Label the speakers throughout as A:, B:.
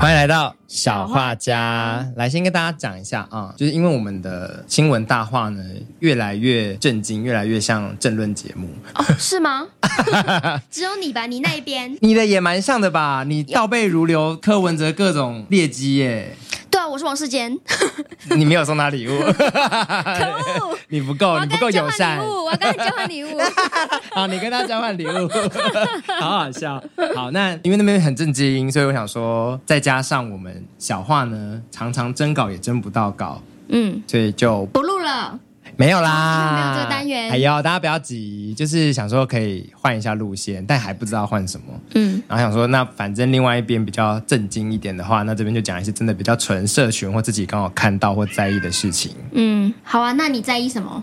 A: 来到小画家，来先跟大家讲一下啊，就是因为我们的新闻大话呢，越来越震惊，越来越像政论节目。
B: 哦， 是吗？只有你吧，你那边。
A: 你的也蛮像的吧？你倒背如流，柯文哲各种劣迹耶，
B: 对啊，我是王世坚。
A: 你没有送他礼物，
B: 可恶！
A: 你不
B: 我
A: 够，
B: 要
A: 哦你
B: 跟
A: 不
B: 你
A: 够
B: 交
A: 友
B: 换
A: 善
B: 礼。物，我要跟你交换 礼物。
A: 好，你跟他交换礼 物，好好笑。好，那因为那边很震惊，所以我想说，再加上我们小画呢，常常征稿也征不到稿，
B: 嗯，
A: 所以就
B: 不录了。
A: 没有啦，
B: 没有这个单元
A: 哎呦，大家不要急，就是想说可以换一下路线，但还不知道换什么。
B: 嗯，
A: 然后想说，那反正另外一边比较震惊一点的话，那这边就讲一些真的比较纯社群或自己刚好看到或在意的事情。
B: 嗯，好啊，那你在意什 么？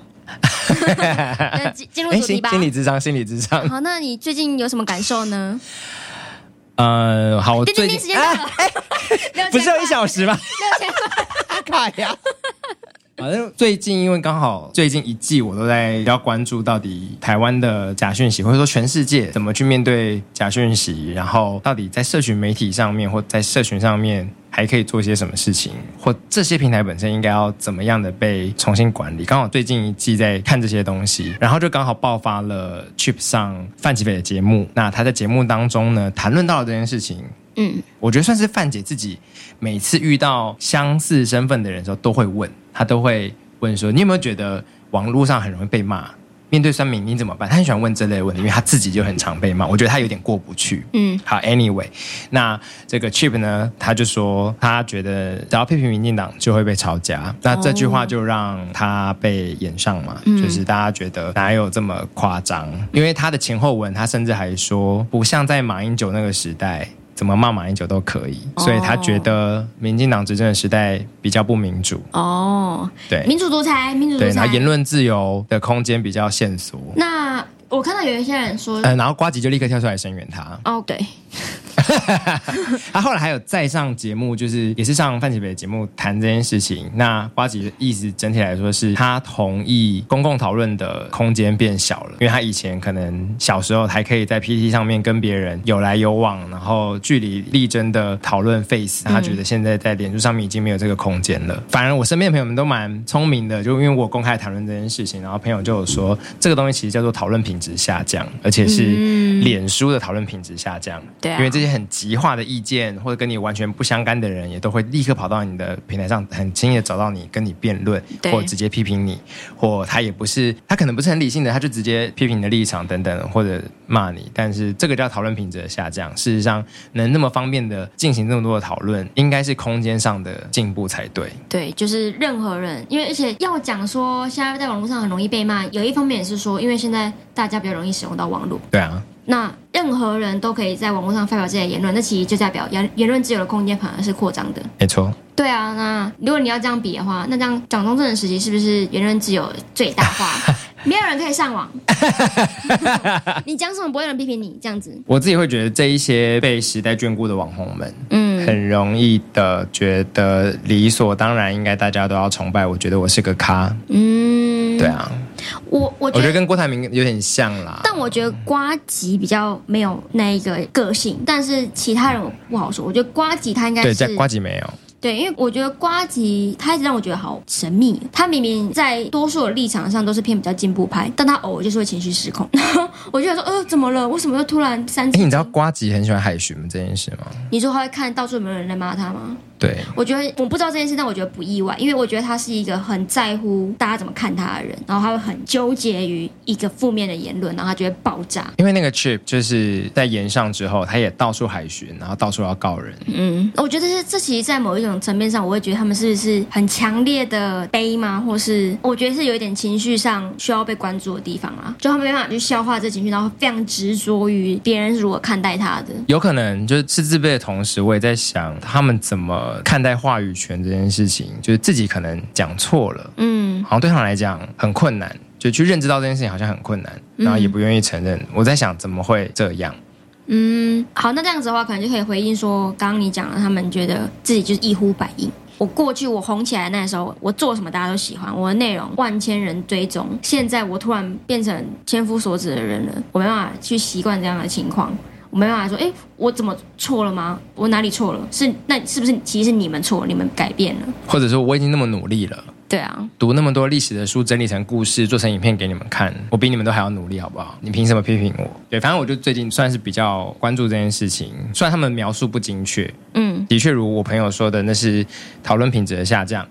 B: 那进进入
A: 哎，
B: 主题
A: 心
B: 吧。
A: 心理智商，心理智商。
B: 好，那你最近有什么感受呢？
A: 呃，好，我
B: 叮叮
A: 最
B: 叮，
A: 近
B: 时间到了，
A: 不是有一小时吗？
B: 六千 块，
A: 卡呀。反正最近因为刚好最近一季我都在比较关注到底台湾的假讯息，或者说全世界怎么去面对假讯息，然后到底在社群媒体上面或在社群上面还可以做些什么事情，或这些平台本身应该要怎么样的被重新管理。刚好最近一季在看这些东西，然后就刚好爆发了 Chip 上范琪斐的节目，那他在节目当中呢谈论到了这件事情，
B: 嗯，
A: 我觉得算是范姐自己每次遇到相似身份的人的时候，都会问，她都会问说：“你有没有觉得网络上很容易被骂？面对酸民你怎么办？”她很喜欢问这类问题，因为她自己就很常被骂，我觉得她有点过不去。
B: 嗯，
A: 好，Anyway，那这个 Chip 呢，他就说他觉得只要批评民进党就会被抄家，那这句话就让他被演上嘛，
B: 哦嗯
A: 就是大家觉得哪有这么夸张？因为他的前后文，他甚至还说不像在马英九那个时代。怎么骂马英九都可以，
B: 哦
A: 所以他觉得民进党执政的时代比较不民主，
B: 哦，
A: 对
B: 民主独裁，民主独
A: 对，然
B: 裁
A: 后。言论自由的空间比较限缩，
B: 那我看到有一些人说，
A: 呃，然后瓜吉就立刻跳出来声援他，
B: 哦，对，
A: 他后来还有再上节目，就是也是上范琪斐的节目谈这件事情。那瓜吉的意思整体来说是他同意公共讨论的空间变小了，因为他以前可能小时候还可以在 PT 上面跟别人有来有往，然后距离力争的讨论 face，他
B: 嗯
A: 觉得现在在脸书上面已经没有这个空间了。反而我身边的朋友们都蛮聪明的，就因为我公开谈论这件事情，然后朋友就有说这个东西其实叫做讨论品质下降，而且是脸书的讨论品质下降。
B: 嗯对啊
A: 因为这。这些很极化的意见，或者跟你完全不相干的人，也都会立刻跑到你的平台上，很轻易的找到你，跟你辩论，
B: 对
A: 或者直接批评你，或他也不是，他可能不是很理性的，他就直接批评你的立场等等，或者骂你。但是这个叫讨论品质的下降。事实上，能那么方便的进行这么多的讨论，应该是空间上的进步才对。
B: 对，就是任何人，因为而且要讲说现在在网络上很容易被骂，有一方面也是说，因为现在大家比较容易使用到网络，
A: 对啊，
B: 那任何人都可以在网络上发表自己的言论，那其实就代表言言论自由的空间反而是扩张的。
A: 没错。
B: 对啊，那如果你要这样比的话，那这样蒋中正的时期是不是言论自由最大 化？没有人可以上网， 你讲什么不会有人批评你，这样子，
A: 我自己会觉得这一些被时代眷顾的网红们，
B: 嗯，
A: 很容易的觉得理所当然，应该大家都要崇拜。我觉得我是个咖，
B: 嗯，
A: 对，啊，
B: 我我
A: 我
B: 觉
A: 觉得
B: 得。
A: 跟郭台铭有点像啦。
B: 但我觉得瓜吉比较没有那一个个性，但是其他人我不好说。我觉得瓜吉他应该
A: 对，
B: 是嗯
A: 在瓜吉没有，
B: 对，因为我觉得瓜吉他一直让我觉得好神秘。哦他明明在多数的立场上都是偏比较进步派，但他偶尔就是会情绪失控。 然后我就想说，呃，怎么了？为什么又突然三
A: 哎、
B: 级？
A: 你知道瓜吉很喜欢海巡这件事吗？
B: 你说他会看到处有没有人来骂他吗？
A: 对，
B: 我觉得我不知道这件事，但我觉得不意外，因为我觉得他是一个很在乎大家怎么看他的人，然后他会很纠结于一个负面的言论，然后他就会爆炸。
A: 因为那个 Chip 就是在延上之后，他也到处海巡，然后到处要告人。
B: 嗯，我觉得这这其实，在某一种层面上，我会觉得他们是不是很强烈的悲吗？或是我觉得是有一点情绪上需要被关注的地方啊，就他们没办法去消化这情绪，然后非常执着于别人是如何看待他的。
A: 有可能就是吃自卑的同时，我也在想他们怎么看待话语权这件事情，就是自己可能讲错了，
B: 嗯
A: 好像对他们来讲很困难，就去认知到这件事情好像很困难，然后也不愿意承认。我在想怎么会这样？
B: 嗯，好，那这样子的话，可能就可以回应说，刚刚你讲了，他们觉得自己就是一呼百应。我过去我红起来那时候，我做什么大家都喜欢，我的内容万千人追踪。现在我突然变成千夫所指的人了，我没办法去习惯这样的情况。我没办法说，哎，我怎么错了吗？我哪里错了？是那是不是其实是你们错了，你们改变了？
A: 或者说我已经那么努力了。
B: 对啊，
A: 读那么多历史的书，整理成故事，做成影片给你们看，我比你们都还要努力，好不好？你凭什么批评我？对，反正我就最近算是比较关注这件事情，虽然他们描述不精确，
B: 嗯，
A: 的确如我朋友说的，那是讨论品质的下降，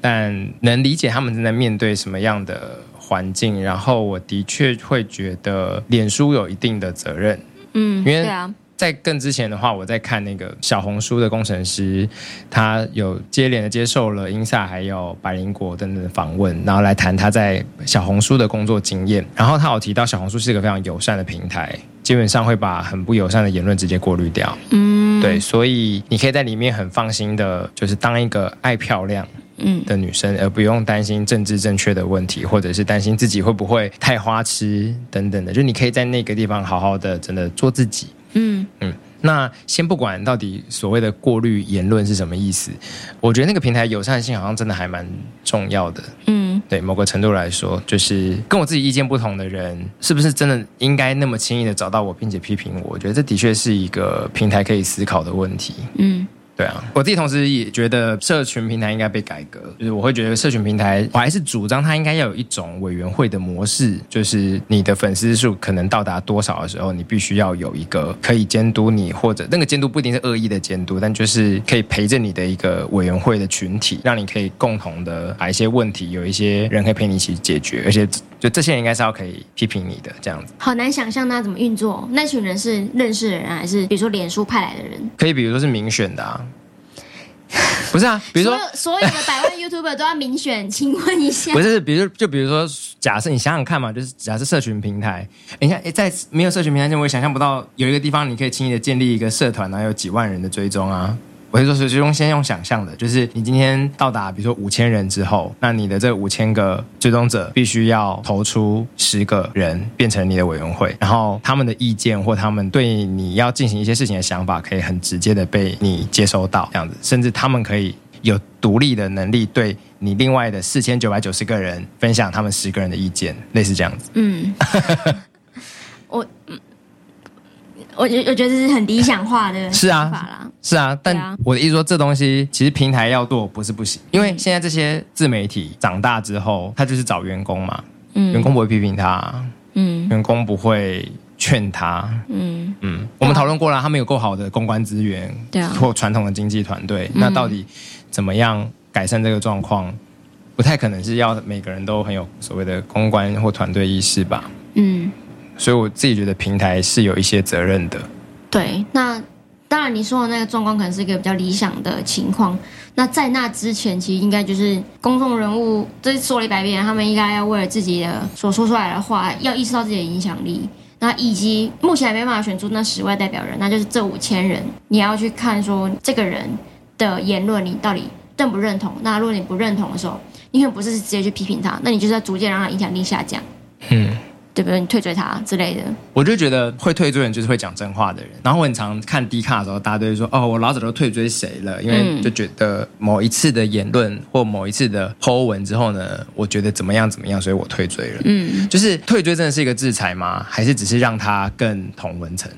A: 但能理解他们正在面对什么样的环境。然后我的确会觉得脸书有一定的责任，
B: 嗯，
A: 因为
B: 对啊，
A: 在更之前的话，我在看那个小红书的工程师，他有接连的接受了英萨还有百灵国等等的访问，然后来谈他在小红书的工作经验。然后他有提到小红书是一个非常友善的平台，基本上会把很不友善的言论直接过滤掉。
B: 嗯，
A: 对，所以你可以在里面很放心的，就是当一个爱漂亮
B: 嗯，
A: 的女生，而不用担心政治正确的问题，或者是担心自己会不会太花痴等等的。就你可以在那个地方好好的，真的做自己。
B: 嗯，
A: 嗯，那先不管到底所谓的过滤言论是什么意思，我觉得那个平台友善性好像真的还蛮重要的。
B: 嗯，
A: 对某个程度来说，就是跟我自己意见不同的人，是不是真的应该那么轻易的找到我，并且批评我？我觉得这的确是一个平台可以思考的问题。
B: 嗯，
A: 对啊，我自己同时也觉得社群平台应该被改革，就是我会觉得社群平台，我还是主张它应该要有一种委员会的模式，就是你的粉丝数可能到达多少的时候，你必须要有一个可以监督你，或者那个监督不一定是恶意的监督，但就是可以陪着你的一个委员会的群体，让你可以共同的把一些问题，有一些人可以陪你一起解决，而且就这些人应该是要可以批评你的这样子。
B: 好难想象那怎么运作哦。那群人是认识的人啊，还是比如说脸书派来的人？
A: 可以比如说是民选的啊，不是啊，比如说
B: 所有所有的百万 YouTuber 都要民选，请问一下
A: 不，是，比如就比如说，假设你想想看嘛，就是假设社群平台，你看诶在没有社群平台之前，我也想象不到有一个地方你可以轻易的建立一个社团，然后有几万人的追踪啊。我是说，是用先用想象的，就是你今天到达比如说五千人之后，那你的这五千个追踪者必须要投出十个人变成你的委员会，然后他们的意见或他们对你要进行一些事情的想法，可以很直接的被你接收到，这样子，甚至他们可以有独立的能力，对你另外的四千九百九十个人分享他们十个人的意见，类似这样子。
B: 嗯， 我嗯我觉我觉得这是很理想化的
A: 是啊
B: 想法啦，
A: 是啊，但
B: 对啊
A: 我的意思说，这东西其实平台要做不是不行，因为现在这些自媒体长大之后，他就是找员工嘛，员
B: 嗯
A: 工不会批评他，
B: 嗯
A: 员工不会劝他，
B: 嗯
A: 嗯，我们讨论过了，他们有够好的公关资源，
B: 对啊嗯
A: 或传统的经济团队，那到底怎么样改善这个状况？不太可能是要每个人都很有所谓的公关或团队意识吧？
B: 嗯，
A: 所以我自己觉得平台是有一些责任的。
B: 对，那。当然，你说的那个状况可能是一个比较理想的情况。那在那之前，其实应该就是公众人物，这说了一百遍，他们应该要为了自己的所说出来的话，要意识到自己的影响力。那以及目前还没办法选出那十位代表人，那就是这五千人，你要去看说这个人的言论你到底认不认同。那如果你不认同的时候，你可能不是直接去批评他，那你就是要逐渐让他影响力下降，
A: 嗯，
B: 对不对？你退追他之类的。
A: 我就觉得会退追人就是会讲真话的人。然后我很常看 D 卡的时候，大家都会说：“哦，我老早都退追谁了？”因为
B: 嗯
A: 就觉得某一次的言论或某一次的 Po 文之后呢，我觉得怎么样怎么样，所以我退追了。
B: 嗯，
A: 就是退追真的是一个制裁吗？还是只是让他更同文层？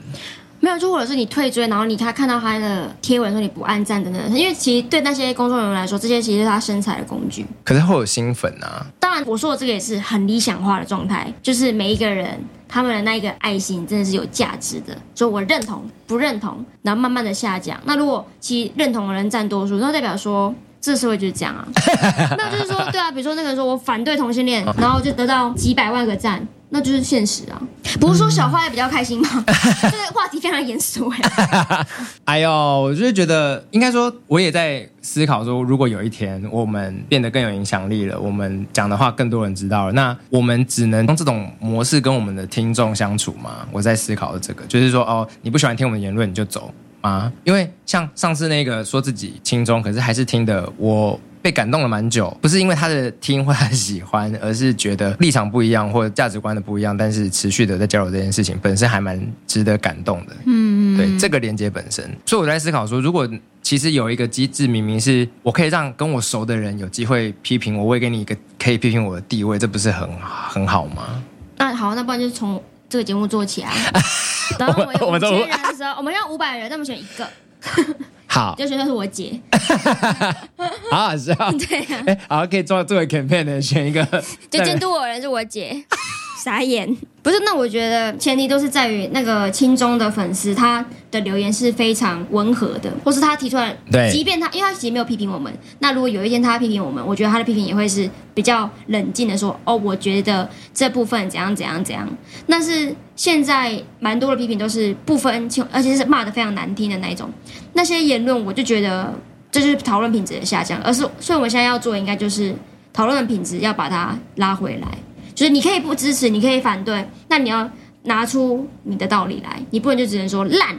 B: 没有，就或者是你退追，然后你他看到他的贴文说你不按赞等等，因为其实对那些工作人员来说，这些其实是他身材的工具。
A: 可是会有新粉啊，
B: 当然，我说的这个也是很理想化的状态，就是每一个人他们的那一个爱心真的是有价值的，所以我认同不认同，然后慢慢的下降。那如果其实认同的人占多数，那代表说。这社会就是这样啊， 没有就是说，对啊，比如说那个人说我反对同性恋，然后就得到几百万个赞，那就是现实啊。不是说小花也比较开心吗？ 这个话题非常严肃哎、
A: 哎呦，我就是觉得，应该说，我也在思考说，如果有一天我们变得更有影响力了，我们讲的话更多人知道了，那我们只能用这种模式跟我们的听众相处吗？我在思考的这个，就是说，哦，你不喜欢听我们的言论，你就走吗？因为像上次那个说自己轻中，可是还是听的我。被感动了蛮久，不是因为他的听或他的喜欢，而是觉得立场不一样或者价值观的不一样，但是持续的在交流这件事情本身还蛮值得感动
B: 嗯
A: 的。对这个连接本身。所以我在思考说，如果其实有一个机制，明明是我可以让跟我熟的人有机会批评我，我也给你一个可以批评我的地位，这不是很很好吗？
B: 那好，那不然就从这个节目 做起来。然后我们有
A: 我们都
B: 五千人的时候，我们要五百人，那么选一个，
A: 好，
B: 就选到是我姐。
A: 好好 笑。
B: 对啊，
A: 哎，好，可以做作为 campaign 的选一个，
B: 就监督我的人是我姐，傻眼。不是，那我觉得前提都是在于那个青中的粉丝，他的留言是非常温和的，或是他提出来，
A: 对
B: 即便他因为他其实没有批评我们，那如果有一天他批评我们，我觉得他的批评也会是比较冷静的说，哦，我觉得这部分怎样怎样怎样。但是现在蛮多的批评都是不分青，而且是骂的非常难听的那一种，那些言论我就觉得这就是讨论品质的下降，而是所以我们现在要做的应该就是讨论的品质要把它拉回来。就是你可以不支持，你可以反对，那你要拿出你的道理来，你不能就只能说烂。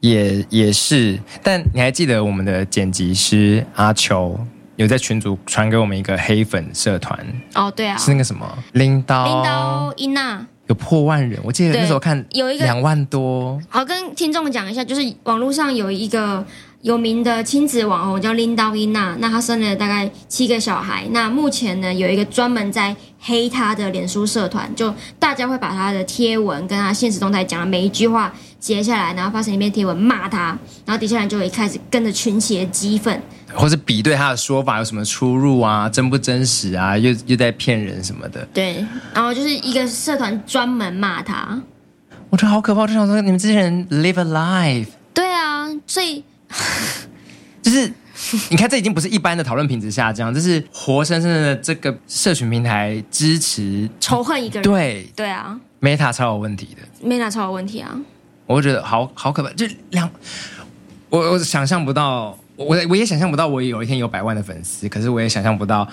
A: 也也是。但你还记得我们的剪辑师阿秋有在群组传给我们一个黑粉社团，
B: 哦，对啊，
A: 是啊那个什么拎刀，
B: 领导伊娜，
A: 有破万人，我记得
B: 对
A: 那时候看
B: 有一个
A: 两万多，
B: 好跟听众讲一下，就是网络上有一个有名的亲子网红叫拎刀伊娜，那她生了大概七个小孩，那目前呢有一个专门在黑她的脸书社团，就大家会把她的贴文跟她现实动态讲的每一句话截下来，然后发成一篇贴文骂她，然后底下人就会开始跟着群起的激愤，
A: 或是比对他的说法有什么出入啊，真不真实啊，又又在骗人什么的，
B: 对，然后就是一个社团专门骂他。
A: 我觉得好可怕，我就想说你们这些人 live a life，
B: 对啊，所以
A: 就是 你看这已经不是一般的讨论品质下降，这是活生生的这个社群平台支持，
B: 仇恨一个人。
A: 对
B: 对啊
A: Meta 超有问题的，
B: ，Meta 超有问题啊。
A: 我就觉得好好可怕，就两，我我想象不到，我我也想象不到，我有一天有百万的粉丝，可是我也想象不到，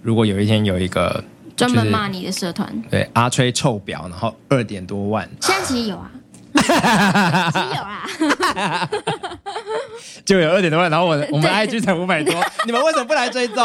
A: 如果有一天有一个。
B: 专门骂你的社团，
A: 对，阿吹臭婊，然后二点多万，
B: 现在其实有啊， 其实有
A: 啊
B: 啦。
A: 就有二点多万，然后 我我们
B: 对
A: IG 才五百 多，你们为什么不来追踪？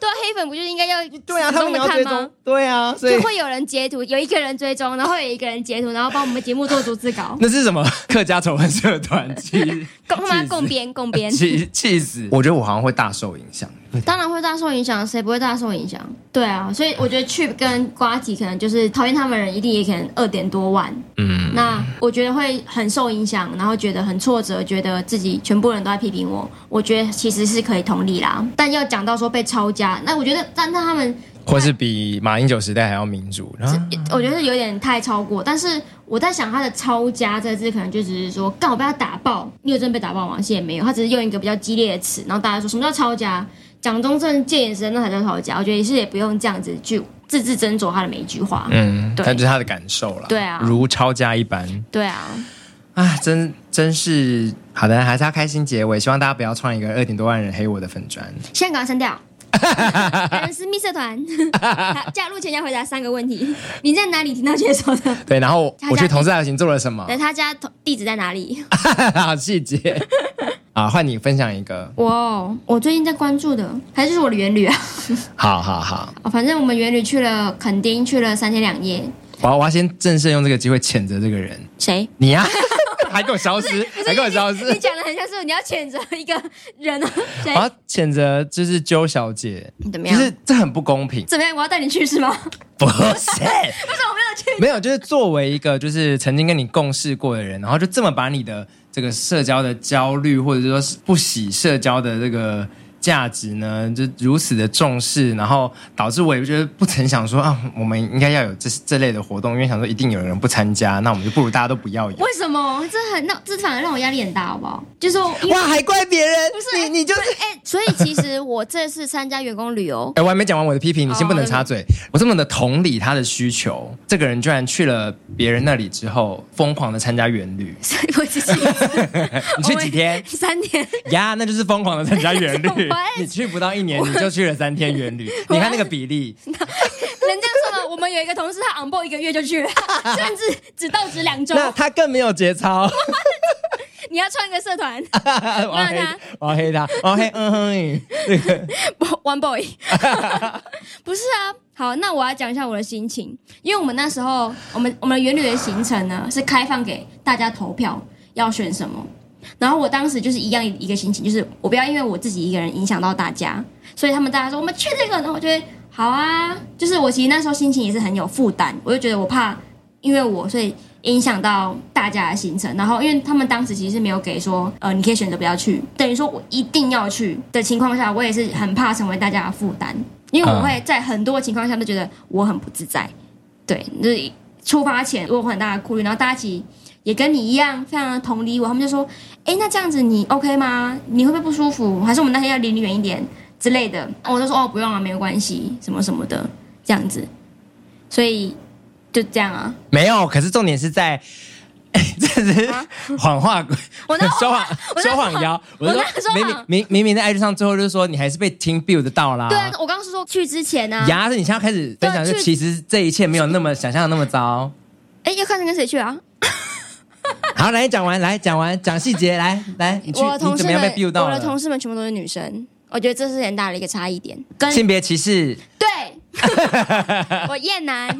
B: 对啊，黑粉不就是应该要
A: 对啊，
B: 始
A: 他
B: 终
A: 们要
B: 地看
A: 追
B: 吗
A: 踪？，对啊，所以，
B: 就会有人截图，有一个人追踪，然后有一个人截图，然后帮我们节目做逐字稿
A: 那是什么客家仇恨社 团？气
B: 共他妈共
A: 气
B: 编共编
A: 死，气气死！我觉得我好像会大受影响。
B: 当然会大受影响，谁不会大受影响？ 对啊，所以我觉得去跟瓜吉可能就是讨厌他们的人，一定也可能二点多万，
A: 嗯，
B: 那我觉得会很受影响，然后觉得很挫折，觉得自己全部人都在批评我。我觉得其实是可以同理啦，但要讲到说被抄家，那我觉得，但那他们，
A: 或是比马英九时代还要民主，然后
B: 我觉得是有点太超过。但是我在想，他的“抄家”这个字，可能就只是说，刚好被他打爆。你有真的被打爆吗？其实也没有，他只是用一个比较激烈的词，然后大家说什么叫抄家？蒋中正戒严时代那才叫抄家。我觉得也是也不用这样子去字字斟酌他的每一句话。
A: 嗯，
B: 对
A: 那就是他的感受了。
B: 对啊
A: 如抄家一般。
B: 对啊，
A: 啊，真真是好的，还是要开心结尾。希望大家不要创一个二点多万人黑我的粉砖。
B: 现在赶快删掉。感人私密社团，好加入前要回答三个问题：你在哪里听到介绍 的？
A: 对，然后
B: 他家
A: 我去同志大行做了什么？
B: 来，他家同地址在哪里？
A: 好细节 啊！换你分享一个，
B: 哇哦，我最近在关注的，还是我的元旅啊、
A: 好好好，
B: 哦反正我们元旅去了垦丁，去了三天两夜。
A: 我要我要先正式用这个机会谴责这个人，
B: 谁？
A: 你啊呀、 还给我消失，还给我消失
B: 你，讲的很像是你要谴责一个人 啊？
A: 我
B: 谁？
A: 要谴责就是周小姐，
B: 怎么
A: 就
B: 样？
A: 是这很不公平，
B: 怎么样？我要带你去是吗？ 为
A: 不是。
B: 什么我没有 去？
A: 没有，就是作为一个就是曾经跟你共事过的人，然后就这么把你的这个社交的焦虑，或者说是不喜社交的这个价值呢，就如此的重视，然后导致我也觉得不曾想说啊，我们应该要有这这类的活动，因为想说一定有人不参加，那我们就不如大家都不要有。
B: 为什么？这很那这反而让我压力很大，好不好？就是说因 为
A: 哇，还怪别人，
B: 不是
A: 你你就是。
B: 哎、所以其实我这次参加员工旅游，
A: 哎、我还没讲完我的批评，你先
B: 哦
A: 不能插嘴。我这么的同理他的需求，这个人居然去了别人那里之后，疯狂的参加远旅。
B: 所以我只去
A: 你去几天？
B: 三 天，
A: 呀那就是疯狂的参加远
B: 我也
A: 旅
B: 是。
A: 你去不到一年，你就去了三天远旅。
B: 我
A: 你看那个比例，
B: 人家说了，我们有一个同事他 on board 一个月就去 了，甚至只到职两周。
A: 那他更没有节 操。
B: 你要创一个社团
A: 我要黑
B: 那他，
A: 我要黑他，我 要黑嗯哼。
B: ，one boy，不是啊。好，那我要讲一下我的心情，因为我们那时候，我们我们原旅的行程呢是开放给大家投票要选什么，然后我当时就是一样一个心情，就是我不要因为我自己一个人影响到大家，所以他们大家说我们去这个，然后我就会好啊，就是我其实那时候心情也是很有负担，我就觉得我怕因为我所以影响到大家的行程。然后因为他们当时其实是没有给说，呃，你可以选择不要去，等于说我一定要去的情况下，我也是很怕成为大家的负担，因为我会在很多情况下都觉得我很不自在。对，就是出发前我有很大的顾虑，然后大家其实也跟你一样非常的同理我，他们就说，哎，那这样子你 OK 吗？你会不会不舒服？还是我们那天要离你远一点之类的？我就说哦，不用了、没有关系，什么什么的这样子，所以就这样啊。
A: 没有，可是重点是在。 这是
B: 啊
A: 谎话，
B: 我那
A: 说谎
B: 我那
A: 说谎谣。
B: 我那
A: 说
B: 说谎
A: 明明明明明在 IG 上最后就是说你还是被 Team Build 到啦。
B: 对啊，我刚刚是说去之前啊，
A: 牙是你现在开始分享，
B: 对啊
A: 就
B: 去
A: 其实这一切没有那么想象的那么 糟。
B: 哎，要看跟谁去啊？
A: 好，来讲完，来讲完，讲细节，来来，你去
B: 我的
A: 你
B: 同
A: 怎
B: 事
A: 么样
B: 们
A: 被 build，到
B: 我的
A: 了
B: 同？事们全部都是女生，我觉得这是很大的一个差异点。跟
A: 性别歧视，
B: 对， 我厌男。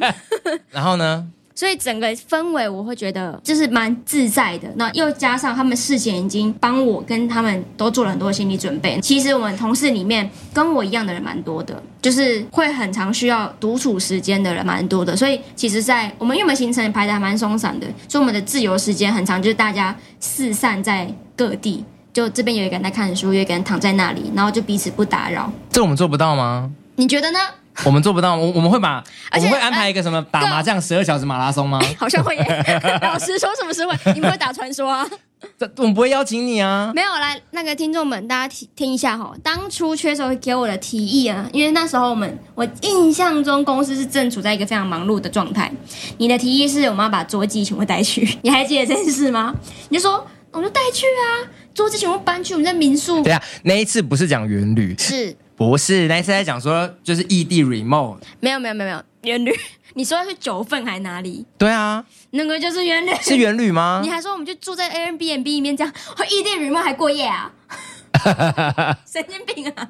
A: 然后呢？
B: 所以整个氛围我会觉得就是蛮自在的。那又加上他们事前已经帮我跟他们都做了很多心理准备。其实我们同事里面跟我一样的人蛮多的，就是会很常需要独处时间的人蛮多的。所以其实在，我们因为我们行程排的还蛮松散的，所以我们的自由时间很长，就是大家四散在各地。就这边有一个人在看书，有一个人躺在那里，然后就彼此不打扰。
A: 这我们做不到吗？
B: 你觉得呢？
A: 我们做不到，我我们会把我
B: 而且
A: 们会安排一个什么打
B: 对啊
A: 麻将十二小时马拉松吗？
B: 好像会耶，呃老师说什么时候？你们会打传说啊？
A: 这我们不会邀请你啊。
B: 没有来，那个听众们，大家听听一下哈。当初缺手给我的提议啊，因为那时候我们我印象中公司是正处在一个非常忙碌的状态。你的提议是我们要把桌机全部带去， 你还记得这件事吗？你就说我们就带去啊，桌机全部搬去我们在民宿
A: 对啊，那一次不是讲元旅，
B: 是
A: 不是那一次在讲说就是异地 remote。
B: 没有没有没有没有元旅，你说是九份还是哪里？
A: 对啊，
B: 那个就是元旅。
A: 是元旅吗
B: 你？还说我们就住在 Airbnb 里面，这样和异地 remote 还过夜啊？ 神经病啊！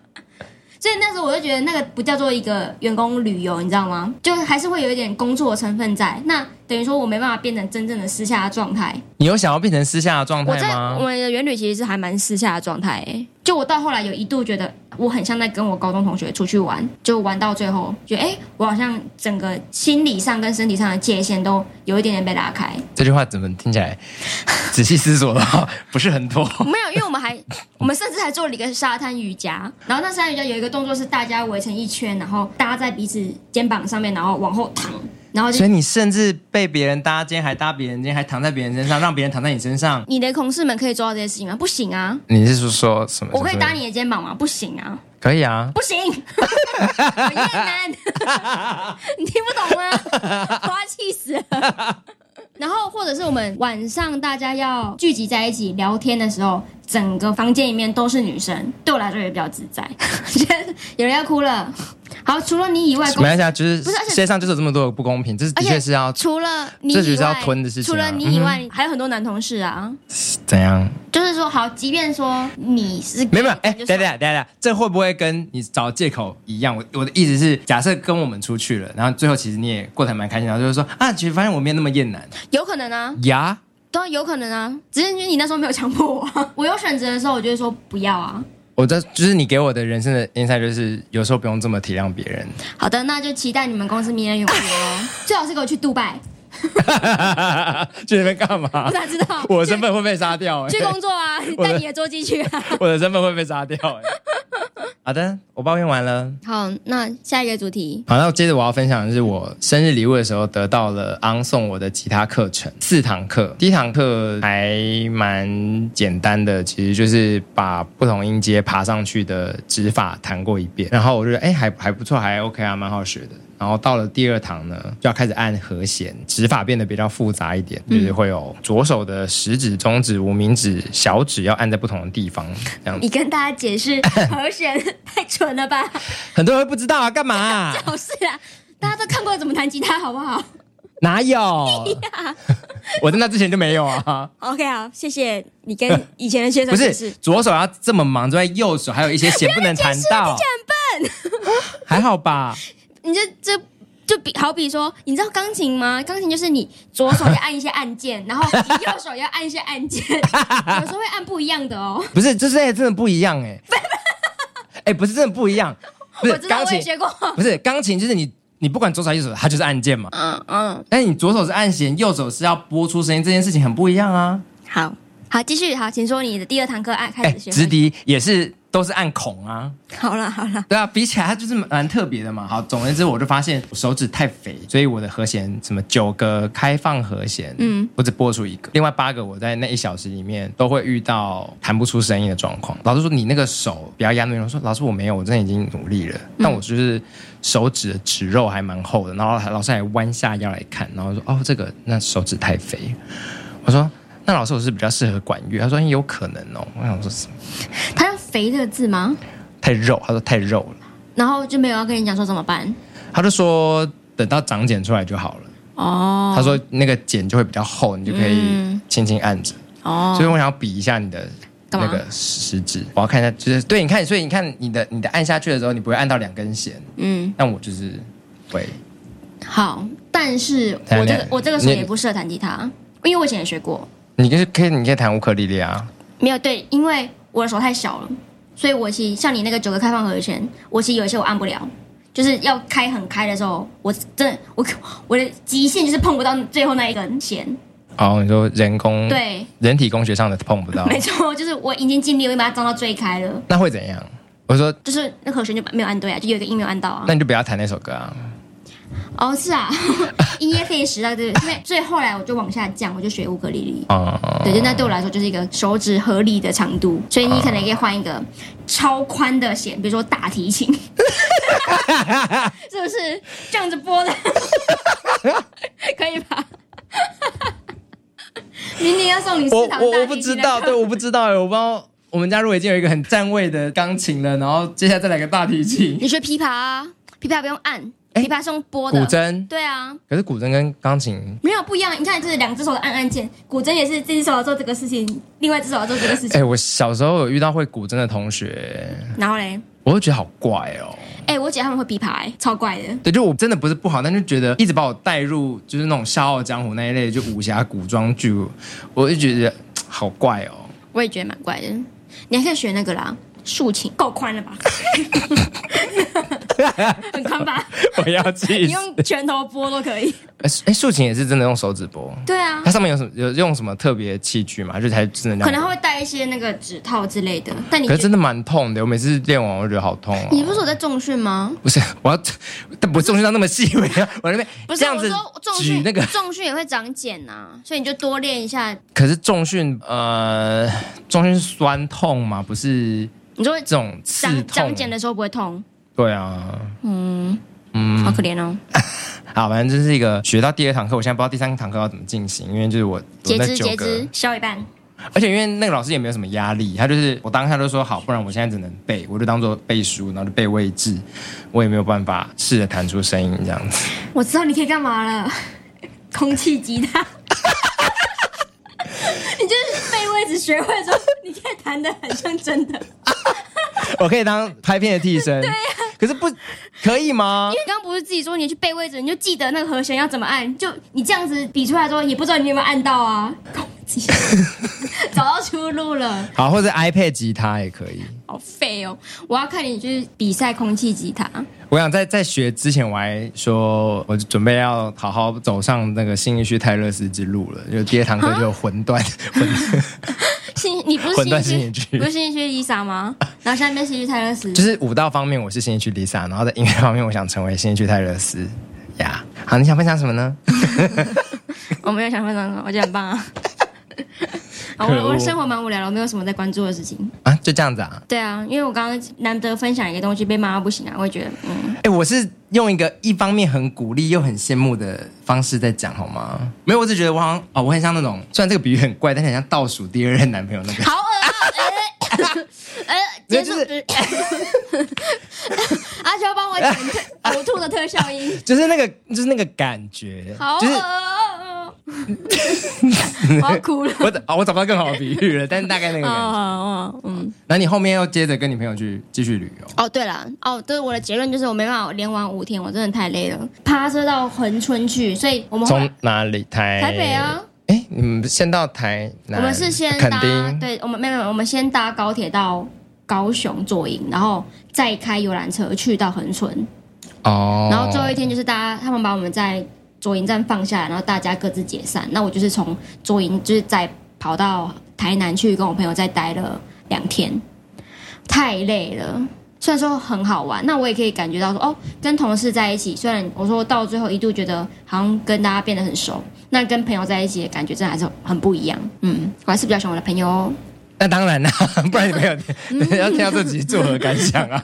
B: 所以那时候我就觉得那个不叫做一个员工旅游，你知道吗？就还是会有一点工作的成分在。那等于说我没办法变成真正的私下的状态。
A: 你有想要变成私下的状
B: 我
A: 态
B: 在我
A: 吗？
B: 们的元旅其实是还蛮私下的状态、欸，就我到后来有一度觉得我很像在跟我高中同学出去玩，就玩到最后觉得哎、欸我好像整个心理上跟身体上的界限都有一点点被拉开。
A: 这句话怎么听起来？仔细思索的话， 不是很多。
B: 没有，因为我们还，我们甚至还做了一个沙滩瑜伽。然后那沙滩瑜伽有一个动作是大家围成一圈，然后搭在彼此肩膀上面，然后往后躺，然后就
A: 所以你甚至被别人搭肩，还搭别人肩，还躺在别人身上，让别人躺在你身上。
B: 你的同事们可以做到这些事情吗？不行啊！
A: 你是说说什么？
B: 我可以搭，你的肩膀吗？不行啊！
A: 可以啊。
B: 不行，我厌男， 你听不懂吗？我要气死了。然后，或者是我们晚上大家要聚集在一起聊天的时候，整个房间里面都是女生，对我来说也比较自在。 有人要哭了。好，除了你以外，
A: 没关系啊，就是
B: 不是而且
A: 世界上就是有这么多的不公平，这是的
B: 而且
A: 确是要
B: 除了你
A: 这就是
B: 以
A: 要
B: 外，
A: 吞的事情啊
B: 除了你以外，还有很多男同事啊。
A: 怎样？
B: 就是说，好，即便说你是 gay，
A: 没有没有，哎、
B: 你就
A: 等
B: 说
A: 等等等，这会不会跟你找借口一样？我我的意思是，假设跟我们出去了，然后最后其实你也过得还蛮开心，然后就是说啊，其实发现我没有那么厌男
B: 有可能啊，
A: 呀。
B: 对啊，有可能啊，只是因为你那时候没有强迫我啊、 我有选择的时候，我就会说不要啊。
A: 我这就是你给我的人生的 insight，就是有时候不用这么体谅别 人。
B: 好的，那就期待你们公司明年有 我哦，最好是给我去杜拜，
A: 去那边干嘛
B: 我？哪知道？
A: 我的身份会被杀掉、
B: 去
A: 欸，
B: 工作 啊，带你的桌机去 啊。
A: 我的身份会被杀掉、欸。好的，我抱怨完了。
B: 好，那下一个主题，
A: 好，那接着我要分享的是我生日礼物的时候得到了昂送我的吉他课程四堂课，第一堂课还蛮简单的，其实就是把不同音阶爬上去的指法弹过一遍，然后我就觉得哎还还不错，还 OK 啊，蛮好学的。然后到了第二堂呢，就要开始按和弦，指法变得比较复杂一点，就是会有左手的食指、中指、无名指、小指要按在不同的地方，这样子。
B: 你跟大家解 释和弦太蠢了吧？
A: 很多人会不知道啊，干嘛啊、
B: 好事啊，大家都看过怎么弹吉他，好不好
A: 哪有？ 我在那之前就没有啊。
B: ？OK，好，谢谢你跟以前的学生
A: 不
B: 解
A: 是
B: 释。
A: 左手要这么忙之外，右手还有一些弦不能弹 到，还好吧？
B: 你这这就比好比说，你知道钢琴吗？钢琴就是你左手要按一些按键，然后你右手要按一些按键，有时候会按不一样的哦。
A: 不是，就是真的不一样 哎、欸，哎、不是真的不一样，不
B: 我
A: 是
B: 知道，
A: 钢
B: 我
A: 琴，
B: 也学过。
A: 不是钢琴，就是你。你不管左手右手，它就是按键嘛。
B: 嗯嗯，
A: 但是你左手是按弦，右手是要拨出声音，这件事情很不一样啊。
B: 好好，继续好，请说你的第二堂课按开
A: 哎，
B: 始学。
A: 直笛也是都是按孔啊，
B: 好了好了，
A: 对啊，比起来它就是蛮特别的嘛。好，总而言之，我就发现我手指太肥，所以我的和弦什么九个开放和弦，嗯，我只拨出一个，另外八个我在那一小时里面都会遇到弹不出声音的状况。老师说你那个手不要压那边，我说老师我没有，我真的已经努力了，但我就是手指的指肉还蛮厚的，然后老师还弯下腰来看，然后说哦这个那手指太肥，我说。那老师，我是比较适合管乐。他说有可能哦。我想说什么
B: 他用“肥”这个字吗？
A: 太肉，他说太肉了。
B: 然后就没有要跟你讲说怎么办
A: 他就说等到长茧出来就好了。
B: 哦。
A: 他说那个茧就会比较厚，你就可以
B: 嗯
A: 轻轻按着。
B: 哦，
A: 所以我想要比一下你的
B: 干
A: 那
B: 嘛
A: 个食指，我要看一下，就是对，你看，所以你看你的你的按下去的时候，你不会按到两根弦，
B: 嗯，
A: 但我就是会。
B: 好，但是
A: 谈
B: 我这
A: 恋
B: 个
A: 爱
B: 我这个手
A: 你
B: 也不适合弹吉他，因为我以前也学过，
A: 你就是可以，你可以弹乌克丽丽啊，
B: 没有对，因为我的手太小了，所以我其实像你那个九个开放和弦，我其实有一些我按不了，就是要开很开的时候，我真的我我的极限就是碰不到最后那一根弦。
A: 哦，你说人工
B: 对，
A: 人体工学上的碰不到，
B: 没错，就是我已经尽力，我已经把它张到最开了，
A: 那会怎样？我说
B: 就是那和弦就没有按对啊，就有一个音没有按到啊。
A: 那你就不要弹那首歌啊，
B: 哦，是啊， 音乐可以识到对，因为所以后来我就往下降，我就学乌克丽丽。
A: 哦，啊
B: 对，就那对我来说就是一个手指合理的长度，所以你可能也可以换一个超宽的弦，比如说大 提琴，是不是这样子拨的？可以吧？明年要送你四
A: 我
B: 堂
A: 我
B: 大
A: 我不
B: 提
A: 知
B: 琴的
A: 道，
B: 课
A: 对，我不知道哎，我不知道我们家如果已经有一个很占位的钢琴了，然后接下来再来个大提琴，
B: 你学琵琶啊，琵琶不用按，
A: 哎
B: 琵琶是用拨
A: 古
B: 的。
A: 筝，
B: 对啊，
A: 可是古筝跟钢琴，
B: 没有不一样。你看，就是两只手的按按键，古筝也是这只手要做这个事情，另外一只手要做这个事
A: 哎、
B: 情。
A: 我小时候有遇到会古筝的同学，
B: 然后嘞，
A: 我就觉得好怪哦。
B: 哎，我姐他们会琵琶，哎超怪的。
A: 对，就我真的不是不好，但就觉得一直把我带入就是那种《笑傲江湖》那一类，就武侠古装剧，我就觉得好怪哦。
B: 我也觉得蛮怪的。你还可以学那个啦，竖琴够宽了 吧？很宽吧？
A: 我要
B: 你
A: 气死！
B: 用拳头拨都可以。
A: 哎、哎竖琴也是真的用手指拨，
B: 对啊
A: 它，上面有什么有用什么特别器具吗？就是才真的那
B: 可能
A: 样
B: 它
A: 拨。
B: 会带一些那个指套之类的。但你
A: 可是
B: 觉
A: 真
B: 得
A: 的蛮痛的，我每次练完我觉得好痛哦。
B: 你不是说我在重训吗？
A: 不是，我要，但不是重训到那么细微啊，我那边
B: 不是，
A: 这样
B: 我
A: 子
B: 说重
A: 举
B: 训
A: 那个
B: 重训也会长茧呐、所以你就多练一下。
A: 可是重训，呃，重训是酸痛嘛，不是
B: 你说
A: 这种刺
B: 长
A: 痛欸
B: 长。茧的时候不会痛，
A: 对啊，
B: 嗯嗯，好可怜哦。
A: 好，反正这是一个学到第二堂课，我现在不知道第三堂课要怎么进行，因为就是我我
B: 截
A: 那
B: 肢
A: 九
B: 截
A: 个
B: 肢，，削一半。
A: 而且因为那个老师也没有什么压力，他就是我当下就说好，不然我现在只能背，我就当做背书，然后就背位置，我也没有办法试着弹出声音这样 子。
B: 我知道你可以干嘛了， 空气吉他。 你就是背位置学会之后，你可以弹的很像真的。因
A: 我可以当拍片的替 身，
B: 啊
A: 对呀、可是不可以吗？
B: 为刚刚不是自己说你去背位置，你就记得那个和弦要怎么按，就你这样子比出来之后，也不知道你有没有按到啊。 空气，找到出路了，
A: 好，或者 iPad 吉他也可以。
B: 好废哦！我要看你去比赛空气吉他。
A: 我想在在学之前，我还说我准备要好好走上那个新义区泰勒斯之路了，就第二堂课就有魂断， 魂
B: 新，你不是
A: 混
B: 新
A: 乱
B: 一
A: 新一区
B: 区，不是新一区 Lisa 吗？然后下面是新一区泰勒斯
A: 就。是舞蹈方面我是新义区啊 Lisa，然后在音乐方面我想成为新义区泰勒斯呀。好，你想分享什么呢？
B: 我没有想分享什么，我觉得很 棒啊。啊
A: 可
B: 我
A: 恶
B: 我的生活蛮无聊的，我没有什么在关注的事情。
A: 啊，就这样子啊。
B: 对啊，因为我刚刚难得分享一个东西被骂到不行啊，我也觉得嗯，
A: 哎、我是用一个一方面很鼓励又很羡慕的方式在讲好吗？没有，我只觉得我好像哦，我很像那种，虽然这个比喻很怪，但很像倒数第二任男朋友那个。
B: 好恶啊！呃，
A: 没有
B: 结束
A: 就。
B: 阿秋帮我剪特呕吐的特效 音，
A: 就是那个，就是那个感觉，
B: 好
A: 就是
B: 恶啊！嗯 我要哭了。
A: 我找啊我找不到更好的比喻了，但是大概那个
B: 哦
A: 感 觉。
B: 哦，嗯，
A: 然后你后面又接着跟你朋友去继续旅游，
B: 哦，对了，哦，对，我的结论就是我没办法连玩五天，我真的太累了，趴车到恒春去，所以我们后来
A: 从哪里台
B: 台北啊？
A: 哎，你们先到台南，
B: 我们是先
A: 垦
B: 搭
A: 丁，
B: 对，我们没有没有，我们先搭高铁到高雄坐营，然后再开游览车去到恒春。
A: 哦，
B: 然后最后一天就是大家他们把我们在左营站放下来，然后大家各自解散。那我就是从左营就是再跑到台南去跟我朋友再待了两天，太累了。虽然说很好玩，那我也可以感觉到说，哦，跟同事在一起，虽然我说到最后一度觉得好像跟大家变得很熟，那跟朋友在一起的感觉真的还是很不一样。嗯，我还是比较喜欢我的朋友哦。
A: 那当然啦， 不然你没有
B: 嗯
A: 人家听到这集作何感想 啊？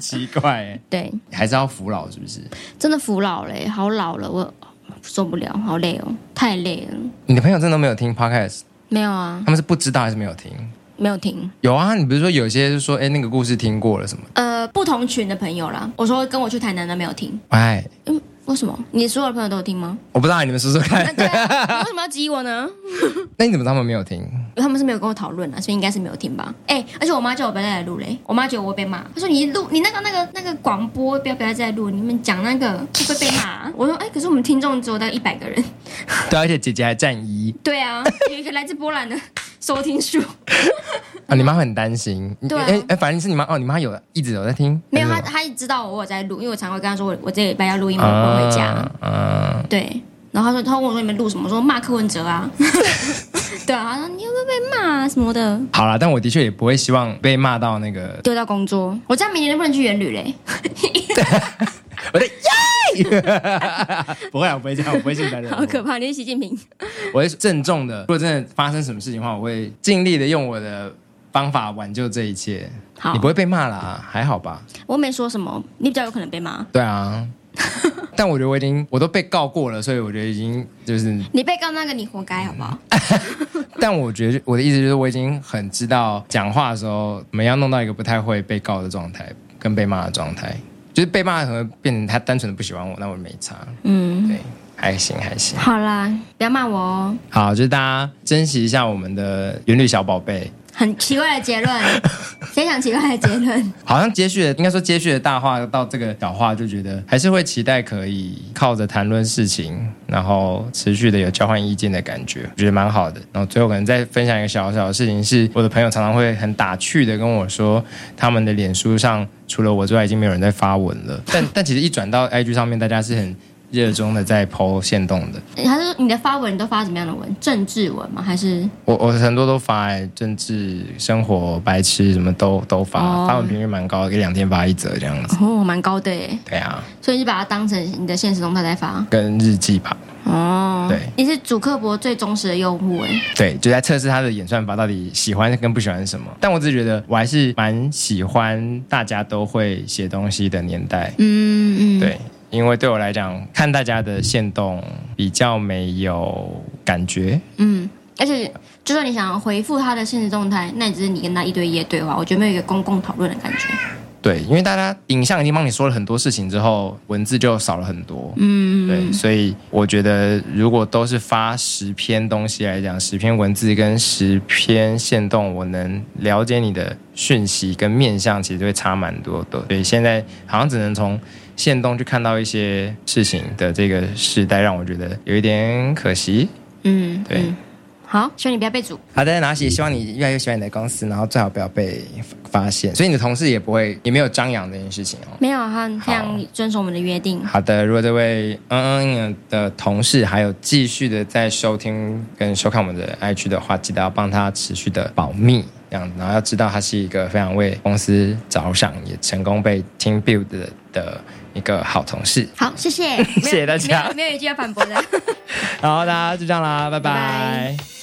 A: 奇怪欸，
B: 对，
A: 还是要服老是不是？
B: 真的服老了耶，好老了，我受不了，好累哦，太累了。
A: 你的朋友真的都没有听 podcast，
B: 没有啊
A: 他，们是不知道还是没有听？
B: 没有停。
A: 有啊，你比如说有些就说，哎，那个故事听过了什么？
B: 呃，不同群的朋友啦，我说跟我去台南的没有听，
A: 哎，
B: 嗯，为什么？你所有的朋友都有听吗？
A: 我不知道，你们说说看
B: 那。对啊，你为什么要激我呢？
A: 那你怎么知道他们没有听？
B: 他们是没有跟我讨论啊，所以应该是没有听吧。哎、而且我妈叫我不要再来录嘞，我妈觉得我会被骂，她说你录你那个那个那个广播不要不要再来录，你们讲那个会不会被骂啊、我说哎、可是我们听众只有大概一百个人。
A: 对啊，而且姐姐还占一
B: 对啊，有一个来自波兰的 收听数，
A: 啊，你妈会很担心。你
B: 对啊
A: 哎哎，反正是你妈哦，你妈有一直有在听，
B: 没有
A: 还
B: 她
A: 是什么
B: 她也知道我有在录，因为我常会跟她说我我这礼拜要录音，我我回家。
A: 啊啊
B: 对，然后他说他问我说你们录什么，我说骂柯文哲 啊，对啊，他说你会不会被骂啊什么的，
A: 好啦，但我的确也不会希望被骂到那个，
B: 丢掉工作，我这样明年就不能去元旅嘞，
A: 我的耶，不会啊，我不会这样，我不会性白人，
B: 好可怕，你是习近平，
A: 我会郑重的，如果真的发生什么事情的话，我会尽力的用我的方法挽救这一切。
B: 好
A: 你不，会被骂啦，还好吧？
B: 我没说什么，你比较有可能被骂，
A: 对啊， 但我觉得我已经我都被告过了，所以我觉得已经就是，
B: 你被告那个你活该好不好？
A: 但我觉得我的意思就是我已经很知道讲话的时候，我们要弄到一个不太会被告的状态，跟被骂的状态，就是被骂可能会变成他单纯的不喜欢我，那我没差，
B: 嗯，
A: 对，还行还行。
B: 好啦，不要骂我哦，
A: 好，就是大家珍惜一下我们的元旅小宝贝。
B: 很奇怪的 结论，非常奇怪的结论，
A: 好像接续的，应该说接续的大话到这个小话，就觉得还是会期待可以靠着谈论事情，然后持续的有交换意见的感觉，我觉得蛮好的。然后最后可能再分享一个小小的事情是，我的朋友常常会很打趣的跟我说，他们的脸书上除了我之外，已经没有人在发文了。但但其实一转到哎 IG 上面，大家是很热衷的在 PO 线动的。
B: 他说你的发文你都发什么样的文？政治文吗？还是
A: 我我很多都发、欸，政治、生活、白痴什么都都发，
B: 哦
A: 发文频率蛮高的，一两天发一则这样子。
B: 哦，蛮高的耶，
A: 对啊，
B: 所以你就把它当成你的现实动态在发
A: 跟日记吧，
B: 哦，
A: 对，
B: 你是主客博最忠实的用户哎。
A: 对，就在测试他的演算法到底喜欢跟不喜欢什么。但我只是觉得我还是蛮喜欢大家都会写东西的年代，
B: 嗯嗯，
A: 对，因为对我来讲，看大家的线动比较没有感觉，
B: 嗯，而且就算你想回复他的现实动态，那也只是你跟他一对一的对话，我觉得没有一个公共讨论的感觉。
A: 对，因为大家影像已经帮你说了很多事情之后，文字就少了很多，
B: 嗯，
A: 对，所以我觉得如果都是发十篇东西来讲，十篇文字跟十篇线动，我能了解你的讯息跟面向，其实会差蛮多的。所以现在好像只能从线动去看到一些事情的这个时代，让我觉得有一点可惜。
B: 嗯，
A: 对
B: 嗯好，希望你不要被阻。
A: 好的，然后也希望你越来越喜欢你的公司，然后最好不要被发现。所以你的同事也不会，也没有张扬这件事情哦。
B: 没有，他非常遵守我们的约定。
A: 好的，如果这位嗯嗯的同事还有继续的在收听跟收看我们的 IG 的话，记得要帮他持续的保密，这样，然后要知道他是一个非常为公司着想，也成功被 Team Build 的的一个好同事。
B: 好，谢谢，谢
A: 谢大家
B: 没有没有一句要反驳的。
A: 然后大家就这样啦，拜拜
B: 拜拜